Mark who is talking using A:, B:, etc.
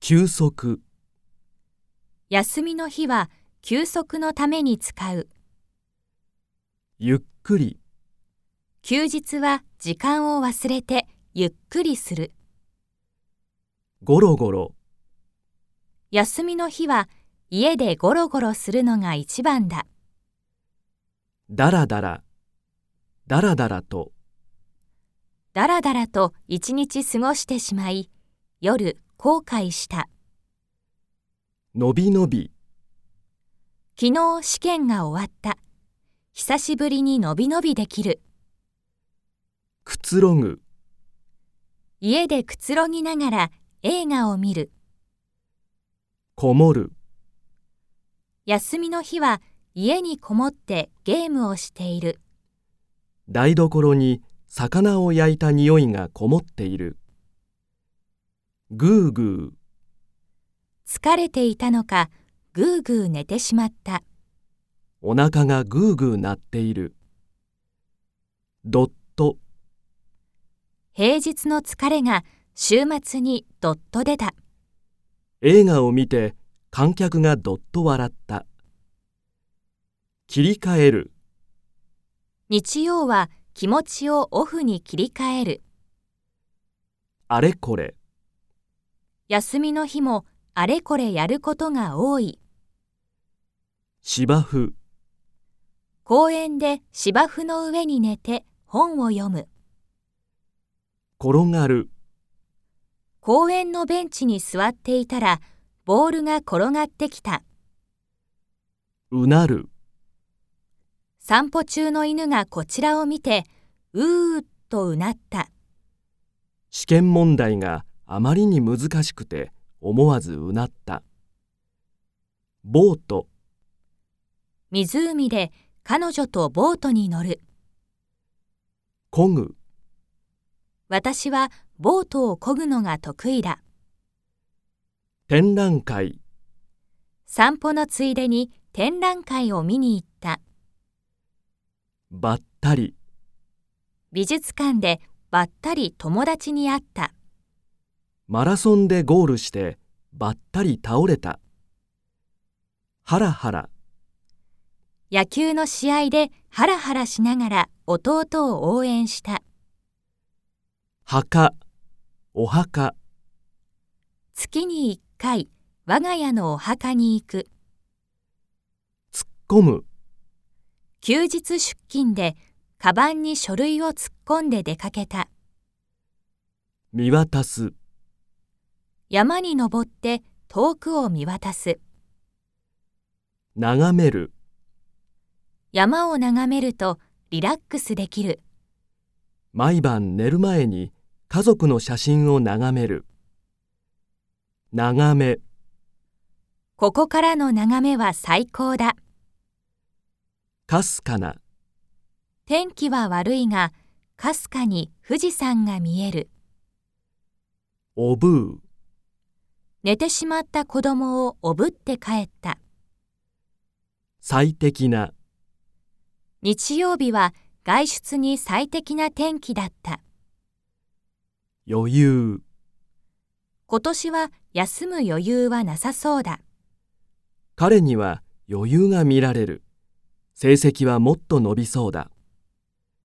A: 休息、
B: 休みの日は休息のために使う。
A: ゆっくり、
B: 休日は時間を忘れてゆっくりする。
A: ゴロゴロ、
B: 休みの日は家でゴロゴロするのが一番だ。
A: だらだら、だらだらと、
B: だらだらと一日過ごしてしまい、夜後悔した。
A: のびのび、
B: 昨日試験が終わった。久しぶりにのびのびできる。
A: くつろぐ、
B: 家でくつろぎながら映画を見る。
A: こもる、
B: 休みの日は家にこもってゲームをしている。
A: 台所に魚を焼いた匂いがこもっている。ぐーぐー、
B: 疲れていたのか、ぐーぐー寝てしまった。
A: お腹がぐーぐー鳴っている。どっと、
B: 平日の疲れが週末にどっと出た。
A: 映画を見て観客がどっと笑った。切り替える、
B: 日曜は気持ちをオフに切り替える。
A: あれこれ、
B: 休みの日もあれこれやることが多い。
A: 芝生。
B: 公園で芝生の上に寝て本を読む。
A: 転がる、
B: 公園のベンチに座っていたらボールが転がってきた。
A: うなる、
B: 散歩中の犬がこちらを見て、うーっとうなった。
A: 試験問題があまりに難しくて思わずうなった。ボート、
B: 湖で彼女とボートに乗る。
A: こぐ、
B: 私はボートを漕ぐのが得意だ。
A: 展覧会、
B: 散歩のついでに展覧会を見に行った。
A: ばったり、
B: 美術館でばったり友達に会った。
A: マラソンでゴールしてばったり倒れた。ハラハラ、
B: 野球の試合でハラハラしながら弟を応援した。
A: 墓、お墓、
B: 月に1回、我が家のお墓に行く。
A: 突っ込む、
B: 休日出勤で、カバンに書類を突っ込んで出かけた。
A: 見渡す、
B: 山に登って遠くを見渡す。
A: 眺める、
B: 山を眺めるとリラックスできる。
A: 毎晩寝る前に家族の写真を眺める。眺め、
B: ここからの眺めは最高だ。
A: かすかな、
B: 天気は悪いが、かすかに富士山が見える。
A: おぶう。
B: 寝てしまった子供をおぶって帰った。
A: 最適な、
B: 日曜日は外出に最適な天気だった。
A: 余裕、
B: 今年は休む余裕はなさそうだ。
A: 彼には余裕が見られる。成績はもっと伸びそうだ。